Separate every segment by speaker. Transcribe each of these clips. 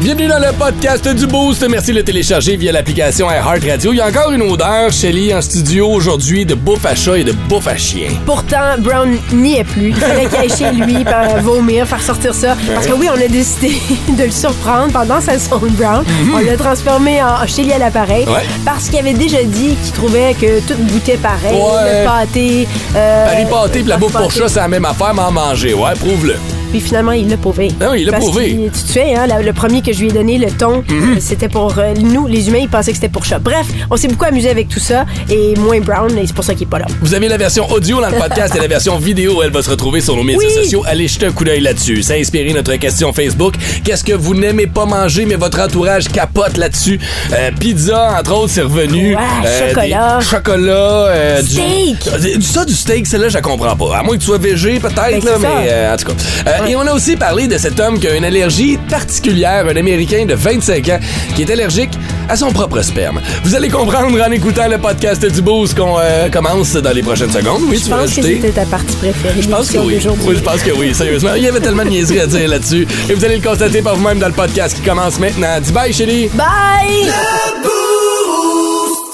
Speaker 1: Bienvenue dans le podcast du Boost. Merci de le télécharger via l'application iHeartRadio. Il y a encore une odeur, Shelly, en studio aujourd'hui de bouffe à chat et de bouffe à chien.
Speaker 2: Euh, Pourtant, Brown n'y est plus. Il fallait qu'il aille chez lui, par- vomir, faire sortir ça. Parce que oui, on a décidé de le surprendre pendant sa sonde Brown. On l'a transformé en chez lui à l'appareil.
Speaker 1: Mhm. Ouais.
Speaker 2: Parce qu'il avait déjà dit qu'il trouvait que tout goûtait pareil.
Speaker 1: Ouais.
Speaker 2: Le pâté. euh,
Speaker 1: Paris pâté pis la
Speaker 2: Paris
Speaker 1: bouffe pour
Speaker 2: pâté.
Speaker 1: chat, c'est la même affaire, mais en manger. Ouais, prouve-le.
Speaker 2: Puis finalement, il l'a prouvé.
Speaker 1: Ah oui, il l'a
Speaker 2: Parce
Speaker 1: prouvé.
Speaker 2: qu'il- Tu te sais, hein, la- le premier que je lui ai donné, le ton,
Speaker 1: Mhm.
Speaker 2: euh, c'était pour euh, nous, les humains, ils pensaient que c'était pour chat. Bref, on s'est beaucoup amusé avec tout ça. Et moins Brown, et c'est pour ça qu'il est pas là.
Speaker 1: Vous avez la version audio dans le podcast et la version vidéo, elle va se retrouver sur nos médias
Speaker 2: Oui.
Speaker 1: sociaux. Allez jeter un coup d'œil là-dessus. Ça a inspiré notre question Facebook. Qu'est-ce que vous n'aimez pas manger, mais votre entourage capote là-dessus? Euh, pizza, entre autres, c'est revenu. Euh,
Speaker 2: Ouais, chocolat.
Speaker 1: des chocolats. euh, du-
Speaker 2: Steak.
Speaker 1: Euh, Du, ça, du steak, celle-là, je la comprends pas. À moins que tu sois végé, peut-être,
Speaker 2: Ben,
Speaker 1: là,
Speaker 2: c'est ça.
Speaker 1: mais euh, en tout cas. Euh, Et on a aussi parlé de cet homme qui a une allergie particulière, un Américain de 25 ans, qui est allergique à son propre sperme. Vous allez comprendre en écoutant le podcast du Boost qu'on euh, commence dans les prochaines secondes. Oui, tu
Speaker 2: Je
Speaker 1: veux
Speaker 2: pense que
Speaker 1: rajouter?
Speaker 2: c'était ta partie préférée.
Speaker 1: Je pense que oui. Oui, je pense que oui, sérieusement. Il y avait tellement de niaiseries à dire là-dessus. Et vous allez le constater par vous-même dans le podcast qui commence maintenant. Dis bye, chérie.
Speaker 2: Bye!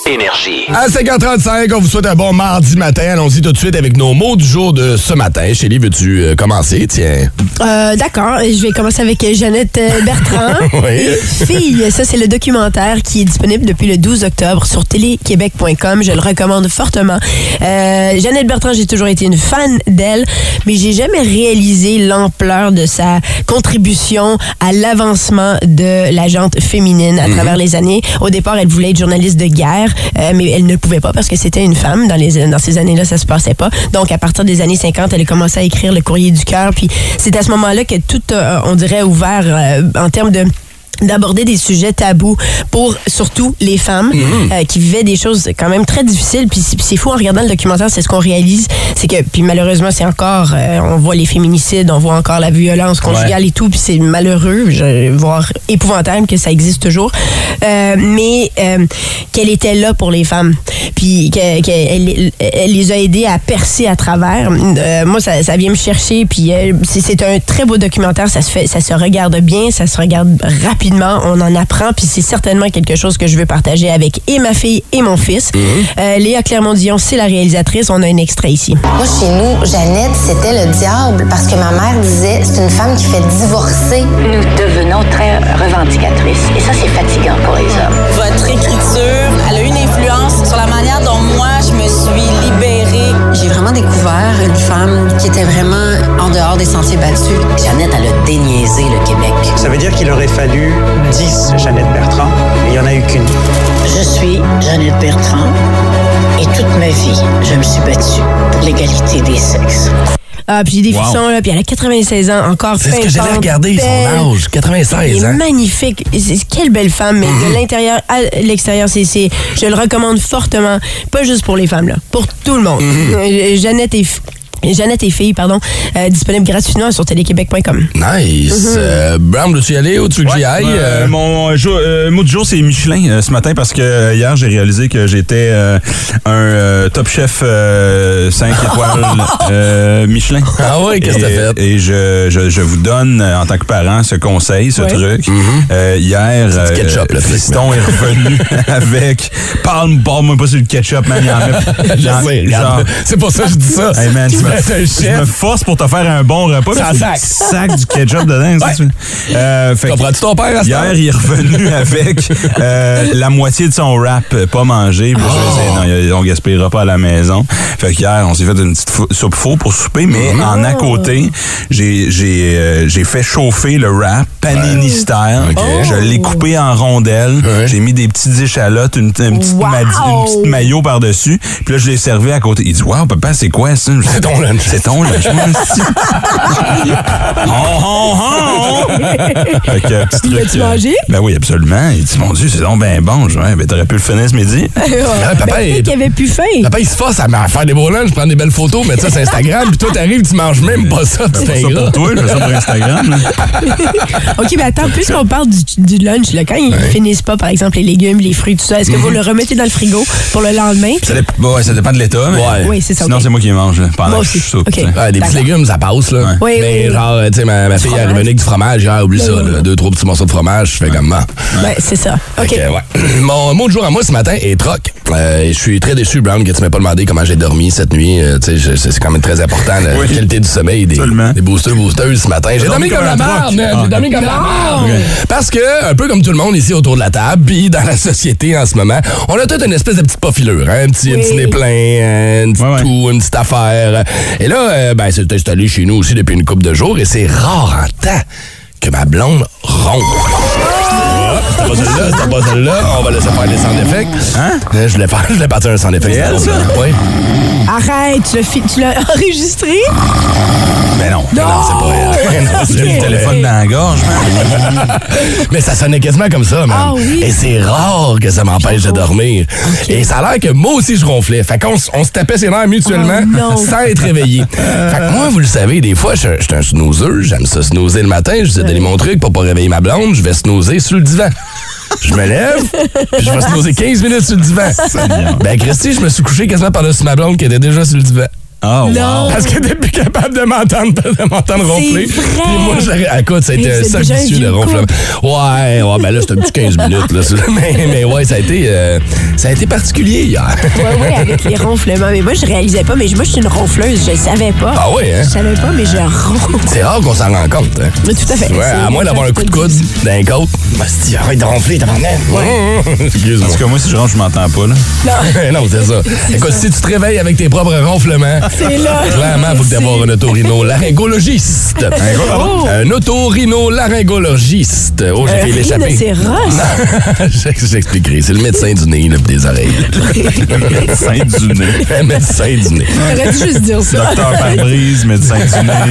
Speaker 3: Énergie.
Speaker 1: À 5h35, on vous souhaite un bon mardi matin. Allons-y tout de suite avec nos mots du jour de ce matin. Chélie, veux-tu euh, commencer? Tiens.
Speaker 2: Euh, D'accord, je vais commencer avec euh, Jeannette euh, Bertrand.
Speaker 1: Oui.
Speaker 2: Et Fille, ça c'est le documentaire qui est disponible depuis le 12 octobre sur téléquebec.com. Je le recommande fortement. Euh, Jeannette Bertrand, j'ai toujours été une fan d'elle, mais j'ai jamais réalisé l'ampleur de sa contribution à l'avancement de la gente féminine à travers les années. Au départ, elle voulait être journaliste de guerre, euh, mais elle ne pouvait pas parce que c'était une femme. Dans, les, dans ces années-là, ça se passait pas. Donc, à partir des années 50, elle a commencé à écrire le courrier du cœur. Puis, c'est à ce moment-là que tout, a, on dirait, ouvert euh, en termes de d'aborder des sujets tabous pour surtout les femmes euh, qui vivaient des choses quand même très difficiles puis c'est- puis c'est fou en regardant le documentaire c'est ce qu'on réalise c'est que puis malheureusement c'est encore euh, on voit les féminicides on voit encore la violence conjugale et tout puis c'est malheureux je- voire épouvantable que ça existe toujours Euh, mais euh, qu'elle était là pour les femmes puis que- qu'elle elle les a aidées à percer à travers Euh, moi ça, ça vient me chercher puis euh, c'est c'est un très beau documentaire ça se fait ça se regarde bien ça se regarde rapidement on en apprend puis c'est certainement quelque chose que je veux partager avec et ma fille et mon fils
Speaker 1: Mm-hmm.
Speaker 2: Euh, Léa Clermont Dion c'est la réalisatrice on a un extrait ici
Speaker 4: Moi, chez nous, Jeannette, c'était le diable parce que ma mère disait c'est une femme qui fait divorcer.
Speaker 5: Nous devenons très revendicatrices et ça, c'est fatigant pour les hommes.
Speaker 6: Votre écriture, elle a eu une influence sur la manière dont moi je me suis libérée.
Speaker 7: J'ai vraiment découvert une femme qui était vraiment en dehors des sentiers battus.
Speaker 8: Jeannette, elle a déniaisé le Québec.
Speaker 9: Ça veut dire qu'il aurait fallu 10 Jeannette Bertrand, mais il n'y en a eu qu'une.
Speaker 8: Je suis Jeannette Bertrand et toute ma vie, je me suis battue pour l'égalité des sexes.
Speaker 2: ah puis j'ai des frissons là puis elle a 96 ans encore
Speaker 1: C'est ce que j'allais
Speaker 2: pimpante,
Speaker 1: regarder,
Speaker 2: belle.
Speaker 1: son âge, hein?
Speaker 2: Elle
Speaker 1: 96
Speaker 2: est
Speaker 1: ans.
Speaker 2: magnifique. C'est- Quelle belle femme, mais de l'intérieur à l'extérieur, c'est, c'est- je le recommande fortement. Pas juste pour les femmes, là, pour tout le monde. Euh, Jeannette et Jeannette et filles, pardon, euh, disponible gratuitement sur téléquebec.com.
Speaker 1: Nice. Euh, Brown, veux-tu y aller ou tu veux que j'y
Speaker 10: Ouais,
Speaker 1: aille?
Speaker 10: euh,
Speaker 1: Euh,
Speaker 10: mon euh, jour- euh, mot du jour, c'est Michelin euh, ce matin parce que euh, hier, j'ai réalisé que j'étais euh, un euh, top chef 5 étoiles euh, Michelin.
Speaker 1: Ah ouais, qu'est-ce que t'as
Speaker 10: Et-
Speaker 1: fait?
Speaker 10: Et je, je, je vous donne, euh, en tant que parent, ce conseil, ce truc. Euh, hier,
Speaker 1: Mm-hmm.
Speaker 10: euh,
Speaker 1: C'est du ketchup, le flic,
Speaker 10: Fiston est revenu avec Parle, parle-moi pas sur le ketchup, man. il en met-
Speaker 1: je
Speaker 10: genre-
Speaker 1: sais, regarde.
Speaker 10: genre-
Speaker 1: C'est pour ça que je dis ça.
Speaker 10: Hey man,
Speaker 1: Qui
Speaker 10: tu me,
Speaker 1: fait un
Speaker 10: tu me
Speaker 1: chef.
Speaker 10: forces pour te faire un bon repas.
Speaker 1: Ça
Speaker 10: puis
Speaker 1: sac.
Speaker 10: tu sacs du ketchup dedans. c'est ça, tu- Euh, fait que-
Speaker 1: Comprends-tu ton père à ce
Speaker 10: Hier, il est revenu avec euh, la moitié de son wrap euh, pas mangé. Puis là, je me
Speaker 1: Oh!
Speaker 10: disais, non, y a- on gaspillera pas à la maison. Fait qu'hier, on s'est fait une petite fou- soupe faux pour souper, mais
Speaker 1: Oh!
Speaker 10: en à côté, j'ai j'ai, euh, j'ai fait chauffer le wrap panini style. Je l'ai coupé en rondelles.
Speaker 1: Ouais.
Speaker 10: J'ai mis des petites échalotes, une, une petite,
Speaker 2: Wow!
Speaker 10: madi- une petite maillot par-dessus. Puis là, je l'ai servi à côté. Il dit, wow, papa, c'est quoi ça?
Speaker 1: C'est ton lunch.
Speaker 10: C'est ton lunch. moi, c'est- Hon, hon, hon! oh! Fait que, euh, petit
Speaker 2: Il
Speaker 10: truc,
Speaker 2: l'a-tu
Speaker 10: euh,
Speaker 2: mangé?
Speaker 10: Ben oui, absolument. Il dit, mon Dieu, c'est donc ben bon. Je dis, Ouais, ben, t'aurais pu le finir ce midi.
Speaker 1: Ah, papa,
Speaker 2: Ben,
Speaker 1: il-
Speaker 2: peut-être qu'il avait plus faim.
Speaker 1: Papa, il se force à me faire des beaux lunchs, prendre des belles photos, mettre ça sur Instagram, puis toi, t'arrives, tu manges même pas ça, tu
Speaker 10: C'est ça
Speaker 1: t'ingras.
Speaker 10: pour toi, je fais ça pour Instagram. là.
Speaker 2: OK, mais attends, puisqu'on parle du, du lunch, là, quand ils finissent pas, par exemple, les légumes, les fruits, tout ça, est-ce que vous le remettez dans le frigo pour le lendemain?
Speaker 10: Ça, dép- ouais, ça dépend de l'état, mais
Speaker 1: Ouais.
Speaker 2: Oui, c'est ça,
Speaker 10: sinon
Speaker 2: ok.
Speaker 10: c'est moi qui les mange là, pendant
Speaker 2: Moi
Speaker 10: que je
Speaker 2: aussi.
Speaker 10: soupe.
Speaker 2: Ok.
Speaker 10: tu sais.
Speaker 1: Ouais, Ah, des petits
Speaker 2: D'accord.
Speaker 1: légumes, ça passe, là.
Speaker 2: Oui,
Speaker 1: mais
Speaker 2: oui, oui.
Speaker 1: genre, tu sais, ma, ma fille, elle est
Speaker 2: fromage.
Speaker 1: revenue avec du fromage. J'ai oublie ça, là. Deux, trois petits morceaux de fromage, je fais comme man.
Speaker 2: Ben, c'est ça. OK.
Speaker 1: Fait que, ouais. Mon mot de jour à moi ce matin est troc. Euh, je suis très déçu, Brown, que tu m'aies pas demandé comment j'ai dormi cette nuit. Euh, tu sais, je- c'est c'est quand même très important, la
Speaker 10: Oui.
Speaker 1: qualité du sommeil des,
Speaker 10: Absolument.
Speaker 1: des boosters, boosteuses ce matin. J'ai dormi
Speaker 10: dormi
Speaker 1: comme
Speaker 10: comme
Speaker 1: la
Speaker 10: un
Speaker 1: merde,
Speaker 10: troc.
Speaker 1: man. J'ai
Speaker 10: Ah.
Speaker 1: dormi comme la merde. Parce que, un peu comme tout le monde ici autour de la table, puis dans la société en ce moment, on a toute une espèce de petite pofilure, hein, un petit, un
Speaker 2: Oui.
Speaker 1: petit nez plein, un petit
Speaker 10: Ouais, ouais.
Speaker 1: tout, une petite affaire. Et là, euh, ben, c'est installé chez nous aussi depuis une couple de jours, et c'est rare en temps que ma blonde ronfle. C'était pas celle-là, c'était pas celle-là. On va laisser faire les sound effects.
Speaker 10: Hein?
Speaker 1: Euh, Je l'ai pas, je l'ai parti un sound effect.
Speaker 10: C'est elle,
Speaker 1: c'est
Speaker 10: ça?
Speaker 1: drôle. Oui.
Speaker 2: Arrête, tu l'as fi- tu l'as enregistré?
Speaker 10: Mais non.
Speaker 2: Non!
Speaker 1: c'est pas elle. Non, c'est
Speaker 10: J'ai
Speaker 1: le
Speaker 10: le téléphone dans la gorge, hein. man.
Speaker 1: Mais ça sonnait quasiment comme ça, man.
Speaker 2: Ah oui? Oh.
Speaker 1: Et c'est rare que ça m'empêche de dormir. Et ça a l'air que moi aussi je ronflais. Fait qu'on s- on se tapait ses nerfs mutuellement
Speaker 2: Oh non.
Speaker 1: sans être réveillés. fait que moi, vous le savez, des fois, je je suis un snoozer. J'aime ça snoozer le matin. Je vous ai donné mon truc pour pas réveiller ma blonde. Je vais snoozer sur le divan. Je me lève, puis je vais snoozer 15 minutes sur le divan. Ben, Christy, je me suis couché quasiment par-dessus ma blonde qui était déjà sur le divan.
Speaker 10: Oh,
Speaker 2: Non.
Speaker 10: wow.
Speaker 1: Parce qu'elle était plus capable de m'entendre, de m'entendre ronfler.
Speaker 2: Ah. vrai.
Speaker 1: Puis moi, j'arrête. à côté, ça a été
Speaker 2: Mais
Speaker 1: un
Speaker 2: c'est
Speaker 1: sac
Speaker 2: déjà un
Speaker 1: vicieux de
Speaker 2: vieux
Speaker 1: ronflement. Ouais, ouais, ben là, c'était un petit 15 minutes, là. ça. Mais, mais ouais, ça a été, euh, ça a été particulier hier.
Speaker 2: Ouais, ouais, avec les ronflements. Mais moi, je réalisais pas. Mais moi, je suis une ronfleuse. Je le savais pas.
Speaker 1: Ah ouais, hein?
Speaker 2: Je savais pas, mais je ronfle.
Speaker 1: C'est rare qu'on s'en rend compte, hein?
Speaker 2: Mais tout à fait.
Speaker 1: Ouais, à
Speaker 2: C'est-
Speaker 1: moins d'avoir un coup de coude d'un côte. Bah, si, tu arrête de ronfler, t'as Ouais. Excuse-moi.
Speaker 10: En tout cas, moi, si je rentre, je m'entends pas, là.
Speaker 1: non, c'est ça. Écoute, si tu te réveilles avec tes propres ronflements,
Speaker 2: C'est là.
Speaker 1: clairement, faut que
Speaker 2: C'est-
Speaker 1: d'avoir un otorhinolaryngologiste.
Speaker 10: Oh.
Speaker 1: Un otorhinolaryngologiste. Oh, j'ai
Speaker 2: Un
Speaker 1: fait l'échapper.
Speaker 2: rhinocéros.
Speaker 1: Je- J'expliquerai. C'est le médecin du nez, là, pis des oreilles.
Speaker 10: Médecin du nez.
Speaker 1: Le médecin du nez.
Speaker 2: T'aurais dû juste dire ça.
Speaker 10: Docteur pare-brise, médecin du nez.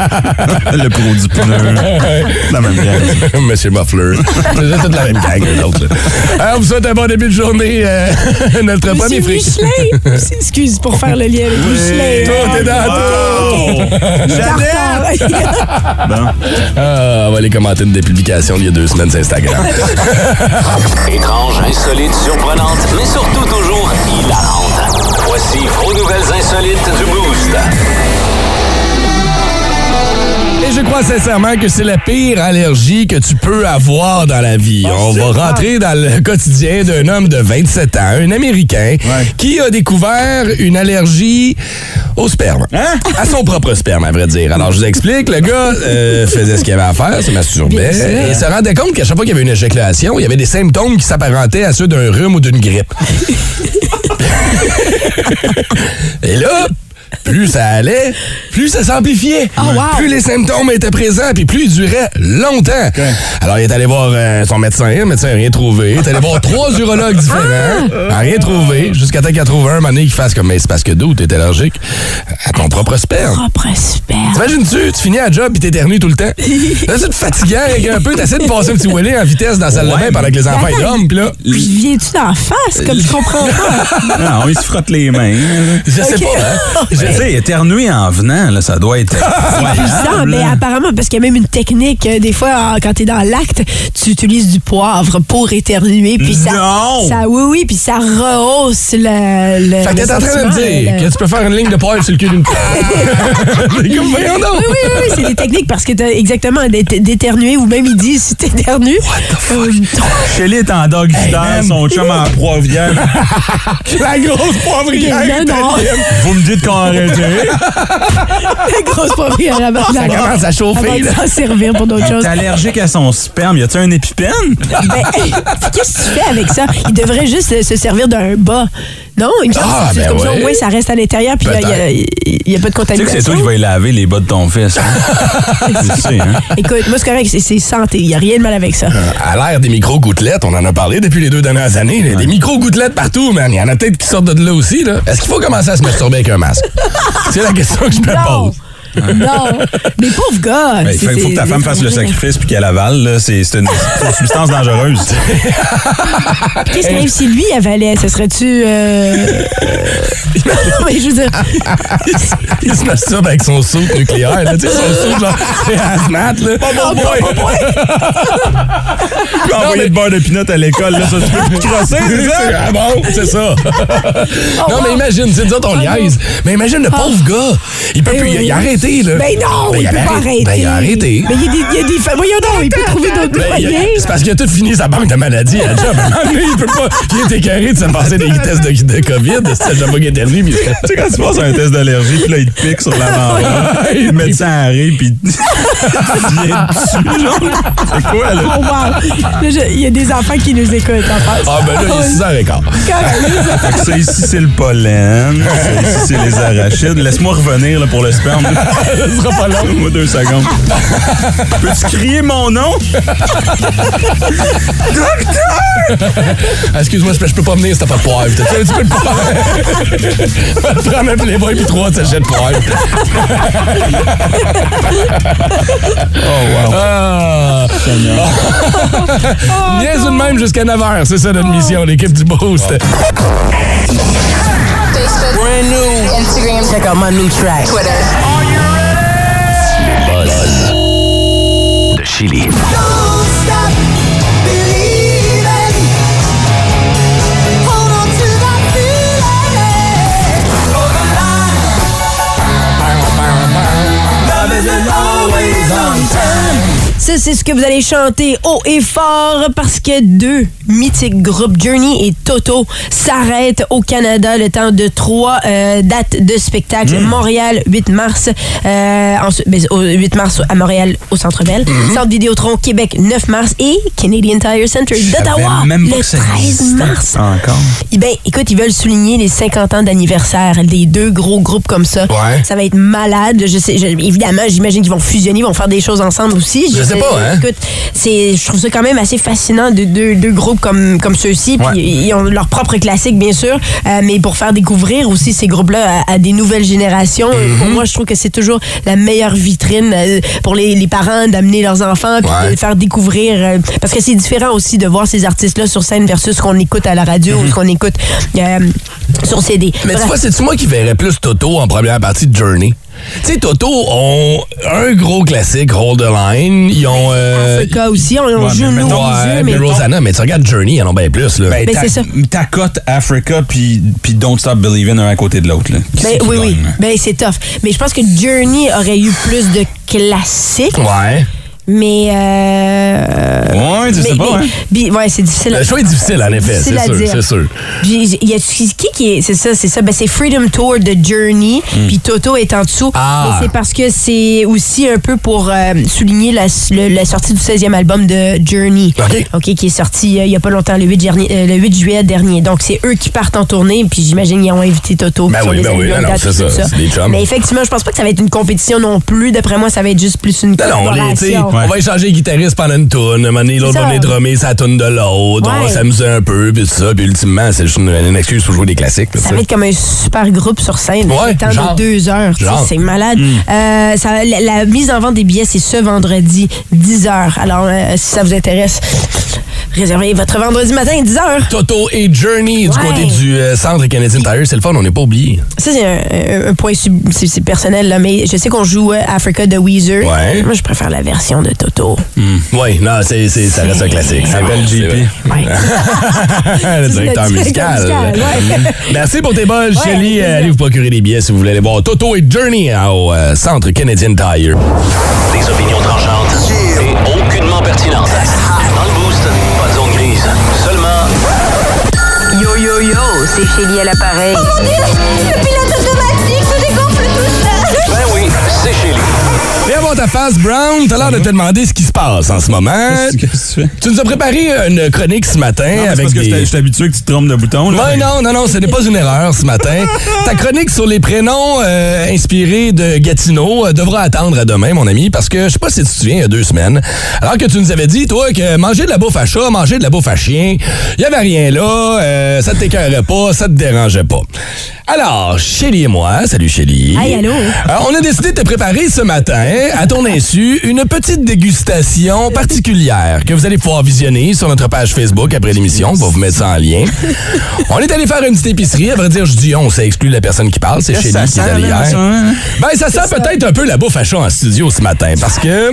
Speaker 10: Le pro du pneu. La même gamme.
Speaker 1: Monsieur Muffler. C'est juste toute la même gang, les autres. là. Alors, on vous souhaite un bon début de journée. euh, notre premier
Speaker 2: Monsieur
Speaker 1: fric.
Speaker 2: Michelin. Excuse pour faire le lien avec Michelin.
Speaker 1: Toi, t'es dans
Speaker 10: Oh!
Speaker 2: Tartare.
Speaker 10: Bon.
Speaker 1: Ah, on va aller commenter une des publications d'il y a deux semaines sur Instagram.
Speaker 3: Étrange, insolite, surprenante, mais surtout toujours hilarante. Voici vos nouvelles insolites du Boost.
Speaker 1: Et je crois sincèrement que c'est la pire allergie que tu peux avoir dans la vie. On va rentrer dans le quotidien d'un homme de 27 ans, un Américain, qui a découvert une allergie au sperme. À son propre sperme, à vrai dire. Alors, je vous explique, le gars euh, faisait ce qu'il avait à faire, se masturbait, et il se rendait compte qu'à chaque fois qu'il y avait une éjaculation, il y avait des symptômes qui s'apparentaient à ceux d'un rhume ou d'une grippe. Et là, plus ça allait, plus ça s'amplifiait.
Speaker 2: wow.
Speaker 1: Plus les symptômes étaient présents, puis plus ils duraient longtemps. Alors, il est allé voir euh, son médecin. Le médecin n'a rien trouvé. Il est allé voir trois urologues différents. n'a rien trouvé. Jusqu'à temps qu'il en trouve un, un moment donné, qu'il fasse comme, mais c'est parce que d'où t'es allergique à ton propre sperme.
Speaker 2: Propre sperme.
Speaker 1: T'imagines-tu, tu finis à job puis t'éternues tout le temps. Là, c'est fatigant hein, avec un peu. T'essaies de passer un petit wheelie en vitesse dans la salle de bain pendant que les enfants ils dorment. Puis là,
Speaker 2: Puis viens-tu d'en face, comme je comprends pas?
Speaker 10: Non, il se frotte les mains.
Speaker 1: je sais
Speaker 2: Ok.
Speaker 1: pas. hein.
Speaker 10: Je sais, éternuer en venant, là, ça doit être
Speaker 2: Bizarre,
Speaker 10: incroyable,
Speaker 2: mais
Speaker 10: là.
Speaker 2: apparemment, parce qu'il y a même une technique, euh, des fois, euh, quand t'es dans l'acte, tu utilises du poivre pour éternuer, puis ça,
Speaker 10: Non!
Speaker 2: ça, oui, oui, puis ça rehausse le, le
Speaker 1: Fait que
Speaker 2: le
Speaker 1: t'es en train de me
Speaker 2: sentiment,
Speaker 1: dire
Speaker 2: le-
Speaker 1: que tu peux faire une ligne de poil sur le cul d'une C'est comme voyons donc.
Speaker 2: Oui, oui, oui, c'est des techniques parce que t'as exactement d'é- d'éternuer ou même ils disent si t'éternues. euh,
Speaker 10: Shelly est en dog star, son chum en poivrière.
Speaker 1: La grosse poivrière
Speaker 2: Non, non.
Speaker 1: italienne.
Speaker 10: Vous me dites qu'on arrête.
Speaker 2: la grosse poivrière avant de
Speaker 1: Ça
Speaker 2: l'avoir-
Speaker 1: commence à
Speaker 2: avant
Speaker 1: chauffer.
Speaker 2: de
Speaker 1: là.
Speaker 2: s'en servir pour d'autres
Speaker 10: T'es
Speaker 2: choses.
Speaker 10: allergique à son sperme. Y a-tu un épipène?
Speaker 2: Ben, qu'est-ce que tu fais avec ça? Il devrait juste euh, se servir d'un bas. Non, une chose,
Speaker 1: Ah,
Speaker 2: c'est
Speaker 1: ben
Speaker 2: comme ça,
Speaker 1: ouais.
Speaker 2: au moins, ça reste à l'intérieur, puis là, il n'y a, pas de
Speaker 10: Tu sais
Speaker 2: contamination.
Speaker 10: que c'est toi qui vas y laver les bas de ton fils. hein? tu le sais, hein?
Speaker 2: Écoute, moi, c'est correct, c'est- c'est santé. Il n'y a rien de mal avec ça.
Speaker 1: À l'ère des micro-gouttelettes, on en a parlé depuis les deux dernières années. là. Des micro-gouttelettes partout, man. Il y en a peut-être qui sortent de là aussi. là. Est-ce qu'il faut commencer à se masturber avec un masque? C'est la question que je me
Speaker 2: Non.
Speaker 1: pose.
Speaker 2: Non. Mais pauvre gars.
Speaker 10: Ben, Il
Speaker 2: c'est-
Speaker 10: faut que ta
Speaker 2: c'est-
Speaker 10: femme fasse le sacrifice puis qu'elle avale. là. C'est c'est une, c'est une substance dangereuse.
Speaker 2: Qu'est-ce qui arrive si lui avalait? Ce serait-tu. euh, non, mais je veux dire.
Speaker 1: Il se masturbe avec son saut nucléaire, là, tu sais, son saut genre hazmat, là. Pas mon
Speaker 10: Tu peux envoyer
Speaker 1: mais-
Speaker 10: le beurre de pinot à l'école. là, Ça, tu peux te crosser, c'est ça?
Speaker 1: Ah bon, c'est ça. Oh, Ah, non, mais imagine, c'est nous autres, on niaise. Mais imagine le pauvre gars. Il peut plus, il a- il a arrêté, là.
Speaker 2: Mais non,
Speaker 1: Eh Ben,
Speaker 2: il, peut
Speaker 1: avait arrêté.
Speaker 2: pas arrêter.
Speaker 1: Ben, il a arrêté.
Speaker 2: Mais il y a des, il y a des femmes. Voyons donc, il peut trouver d'autres
Speaker 1: Ben, il a-
Speaker 2: moyens.
Speaker 1: c'est parce qu'il a tout fini sa banque de maladie à job. À un moment donné, il peut pas. Il est écœuré de se passer des tests de, de COVID, de cette jambe qui éternue. puis il se-
Speaker 10: Tu sais, quand tu passes un test d'allergie, puis là, il te pique sur l'avant-bras, le médecin arrive, puis il
Speaker 1: Ah,
Speaker 10: vient dessus, genre. C'est quoi, là?
Speaker 2: Oh, wow. Là, je- Il y a des enfants qui nous écoutent en face.
Speaker 1: Ah, ben là, il est 6 h 15
Speaker 10: Fait que ça, ici, c'est le pollen. Ça, ici, c'est les arachides. Laisse-moi revenir là, pour le sperme.
Speaker 1: Ça sera pas long.
Speaker 10: Moi, deux secondes. Peux-tu crier mon nom?
Speaker 1: Ah, Excuse-moi, c'est parce que je peux pas venir si t'as pas de poivre. T'as un petit peu de poivre. Va te Prendre un playboy puis trois sachets de poivre. oh wow. Ah. Niaise une même jusqu'à 9h, c'est ça notre mission, l'équipe du Boost.
Speaker 6: Brand new. Instagram.
Speaker 2: Check out my new track.
Speaker 6: Twitter.
Speaker 3: de Chili.
Speaker 2: Ça, c'est ce que vous allez chanter haut et fort parce que deux mythiques groupes, Journey et Toto, s'arrêtent au Canada le temps de trois euh, dates de spectacle.
Speaker 10: Mm.
Speaker 2: Montréal, 8 mars. euh, ensuite- ben, au 8 mars à Montréal, au Centre Bell.
Speaker 10: Mm-hmm.
Speaker 2: Centre Vidéotron, Québec, 9 mars. Et Canadian Tire Center d'Ottawa,
Speaker 10: J'avais
Speaker 2: le
Speaker 10: pas que ça
Speaker 2: 13
Speaker 10: existait Ah.
Speaker 2: mars.
Speaker 10: Encore.
Speaker 2: Eh Ben, écoute, ils veulent souligner les 50 ans d'anniversaire des deux gros groupes comme ça.
Speaker 1: Ouais.
Speaker 2: Ça va être malade. Je sais, je- évidemment, j'imagine qu'ils vont fusionner, ils vont faire des choses ensemble aussi.
Speaker 1: Je sais pas, hein.
Speaker 2: Écoute, c'est, je trouve ça quand même assez fascinant de deux, deux groupes comme, comme ceux-ci. Puis
Speaker 1: Ouais.
Speaker 2: ils ont leur propre classique, bien sûr, euh, mais pour faire découvrir aussi ces groupes-là à, à des nouvelles générations. euh,
Speaker 1: Mhm.
Speaker 2: Pour moi, je trouve que c'est toujours la meilleure vitrine euh, pour les, les parents d'amener leurs enfants puis
Speaker 1: Ouais.
Speaker 2: de faire découvrir. euh, parce que c'est différent aussi de voir ces artistes-là sur scène versus ce qu'on écoute à la radio ou ce qu'on écoute euh, sur CD.
Speaker 1: Mais tu
Speaker 2: Bref.
Speaker 1: vois, c'est-tu moi qui verrais plus Toto en première partie de Journey? Tu sais, Toto ont un gros classique, Hold the Line. Ils ont. euh,
Speaker 2: ce cas aussi, on, on
Speaker 10: ouais,
Speaker 2: joue
Speaker 10: mais
Speaker 2: nous,
Speaker 10: mettons, euh,
Speaker 2: aux
Speaker 1: ouais,
Speaker 2: yeux, mais
Speaker 1: puis Rosanna, mais tu regardes Journey, ils en ont bien plus, là.
Speaker 10: Ben,
Speaker 2: Ben,
Speaker 10: ta,
Speaker 2: c'est ça.
Speaker 10: ta cote Africa puis puis Don't Stop Believing un à côté de l'autre. là. Qui
Speaker 2: Ben,
Speaker 10: c'est qui
Speaker 2: oui, oui.
Speaker 10: gagne, là?
Speaker 2: Ben, c'est tough. Mais je pense que Journey aurait eu plus de classiques,
Speaker 1: ouais.
Speaker 2: mais. euh,
Speaker 10: Ouais, tu sais
Speaker 2: mais-
Speaker 10: pas,
Speaker 2: mais-
Speaker 10: hein?
Speaker 2: puis- ouais, c'est difficile.
Speaker 1: Le choix est difficile, en effet,
Speaker 2: Difficile
Speaker 1: c'est
Speaker 2: à
Speaker 1: sûr,
Speaker 2: dire.
Speaker 1: c'est sûr.
Speaker 2: Puis, j- y a qui qui est. C'est ça, c'est ça. Ben, c'est Freedom Tour de Journey. Puis Toto est en dessous.
Speaker 1: Hmm. Ah.
Speaker 2: Mais c'est parce que c'est aussi un peu pour euh, souligner la, le- la sortie du 16e album de Journey.
Speaker 1: OK.
Speaker 2: qui est sorti euh, il y a pas longtemps, le 8, dernier- euh, le 8 juillet dernier. Donc, c'est eux qui partent en tournée. Puis j'imagine qu'ils ont invité Toto.
Speaker 1: Ben
Speaker 2: sur
Speaker 1: oui,
Speaker 2: les
Speaker 1: ben oui,
Speaker 2: albums,
Speaker 1: non,
Speaker 2: dates,
Speaker 1: c'est
Speaker 2: tout
Speaker 1: ça, c'est des chums.
Speaker 2: Mais effectivement, je pense pas que ça va être une compétition non plus. D'après moi, ça va être juste plus une
Speaker 1: Non, non, on, est, tu sais,
Speaker 2: collaboration.
Speaker 1: on va échanger les guitaristes pendant une toune, un moment donné, l'autre
Speaker 2: C'est
Speaker 1: va
Speaker 2: ça.
Speaker 1: venir drummer sa toune de l'autre, on va
Speaker 2: Ouais.
Speaker 1: s'amuser un peu, puis tout ça, puis ultimement, c'est juste une, une excuse pour jouer des classiques. là,
Speaker 2: Ça
Speaker 1: tu
Speaker 2: va
Speaker 1: sais.
Speaker 2: être comme un super groupe sur scène.
Speaker 1: Ouais,
Speaker 2: le temps
Speaker 1: genre.
Speaker 2: de deux heures. tu sais,
Speaker 1: Genre. Hmm.
Speaker 2: C'est malade. Euh, ça- la, la mise en vente des billets, c'est ce vendredi, 10 heures. Alors, euh, si ça vous intéresse, réservez votre vendredi matin, 10 heures.
Speaker 1: Toto et Journey du
Speaker 2: Ouais.
Speaker 1: côté du euh, Centre Canadien Tire, c'est le fun, on n'est pas oublié.
Speaker 2: Ça, c'est un, un- un point sub- c'est c'est personnel, là, mais je sais qu'on joue euh, Africa de Weezer.
Speaker 1: Ouais.
Speaker 2: Moi, je préfère la version de Toto.
Speaker 1: Oui, non, c'est, c'est- ça reste un classique. C'est vrai,
Speaker 10: Appelle
Speaker 1: c'est
Speaker 10: JP.
Speaker 1: vrai.
Speaker 2: Ouais.
Speaker 1: le directeur
Speaker 2: directeur
Speaker 1: musical.
Speaker 2: musical, ouais.
Speaker 1: Merci pour tes balles,
Speaker 2: Ouais, avec
Speaker 1: Chélie.
Speaker 2: plaisir.
Speaker 1: Allez vous procurer des billets si vous voulez aller voir Toto et Journey hein, au euh, Centre Canadian Tire.
Speaker 3: Des opinions tranchantes et aucunement pertinentes. Dans le boost, pas de zone grise. Seulement
Speaker 11: Yo yo yo, c'est Chélie à l'appareil.
Speaker 4: Le pilote automatique se dégonfle tout seul.
Speaker 3: Ben oui, c'est chez lui.
Speaker 1: Viens voir ta face, Brown. T'as l'air de te demander ce qui se passe en ce moment.
Speaker 10: Qu'est-ce que tu fais?
Speaker 1: Tu nous as préparé une chronique ce matin
Speaker 10: Non, mais c'est
Speaker 1: avec
Speaker 10: parce que
Speaker 1: des...
Speaker 10: je t'ai- je suis habitué que tu te trompes de bouton. là.
Speaker 1: Ouais, non, non, non, ce n'est pas une erreur ce matin. Ta chronique sur les prénoms euh, inspirés de Gatineau euh, devra attendre à demain, mon ami, parce que je sais pas si tu te souviens, il y a deux semaines, alors que tu nous avais dit, toi, que manger de la bouffe à chat, manger de la bouffe à chien, il y avait rien là, euh, ça t'écœurait pas, ça te dérangeait pas. Alors, Chélie et moi, salut Chélie.
Speaker 2: Hey, allô.
Speaker 1: Alors, on a décidé de te préparer ce matin, à ton insu, une petite dégustation particulière que vous allez pouvoir visionner sur notre page Facebook après l'émission. On va vous mettre ça en lien. On est allé faire une petite épicerie. À vrai dire, je dis on, ça exclut la personne qui parle. C'est
Speaker 10: Qu'est-ce
Speaker 1: Chélie
Speaker 10: que ça
Speaker 1: qui est allée
Speaker 10: sent, là, en ce
Speaker 1: hier.
Speaker 10: moment, hein?
Speaker 1: Ben, ça sent peut-être un peu la bouffe à chaud en studio ce matin parce que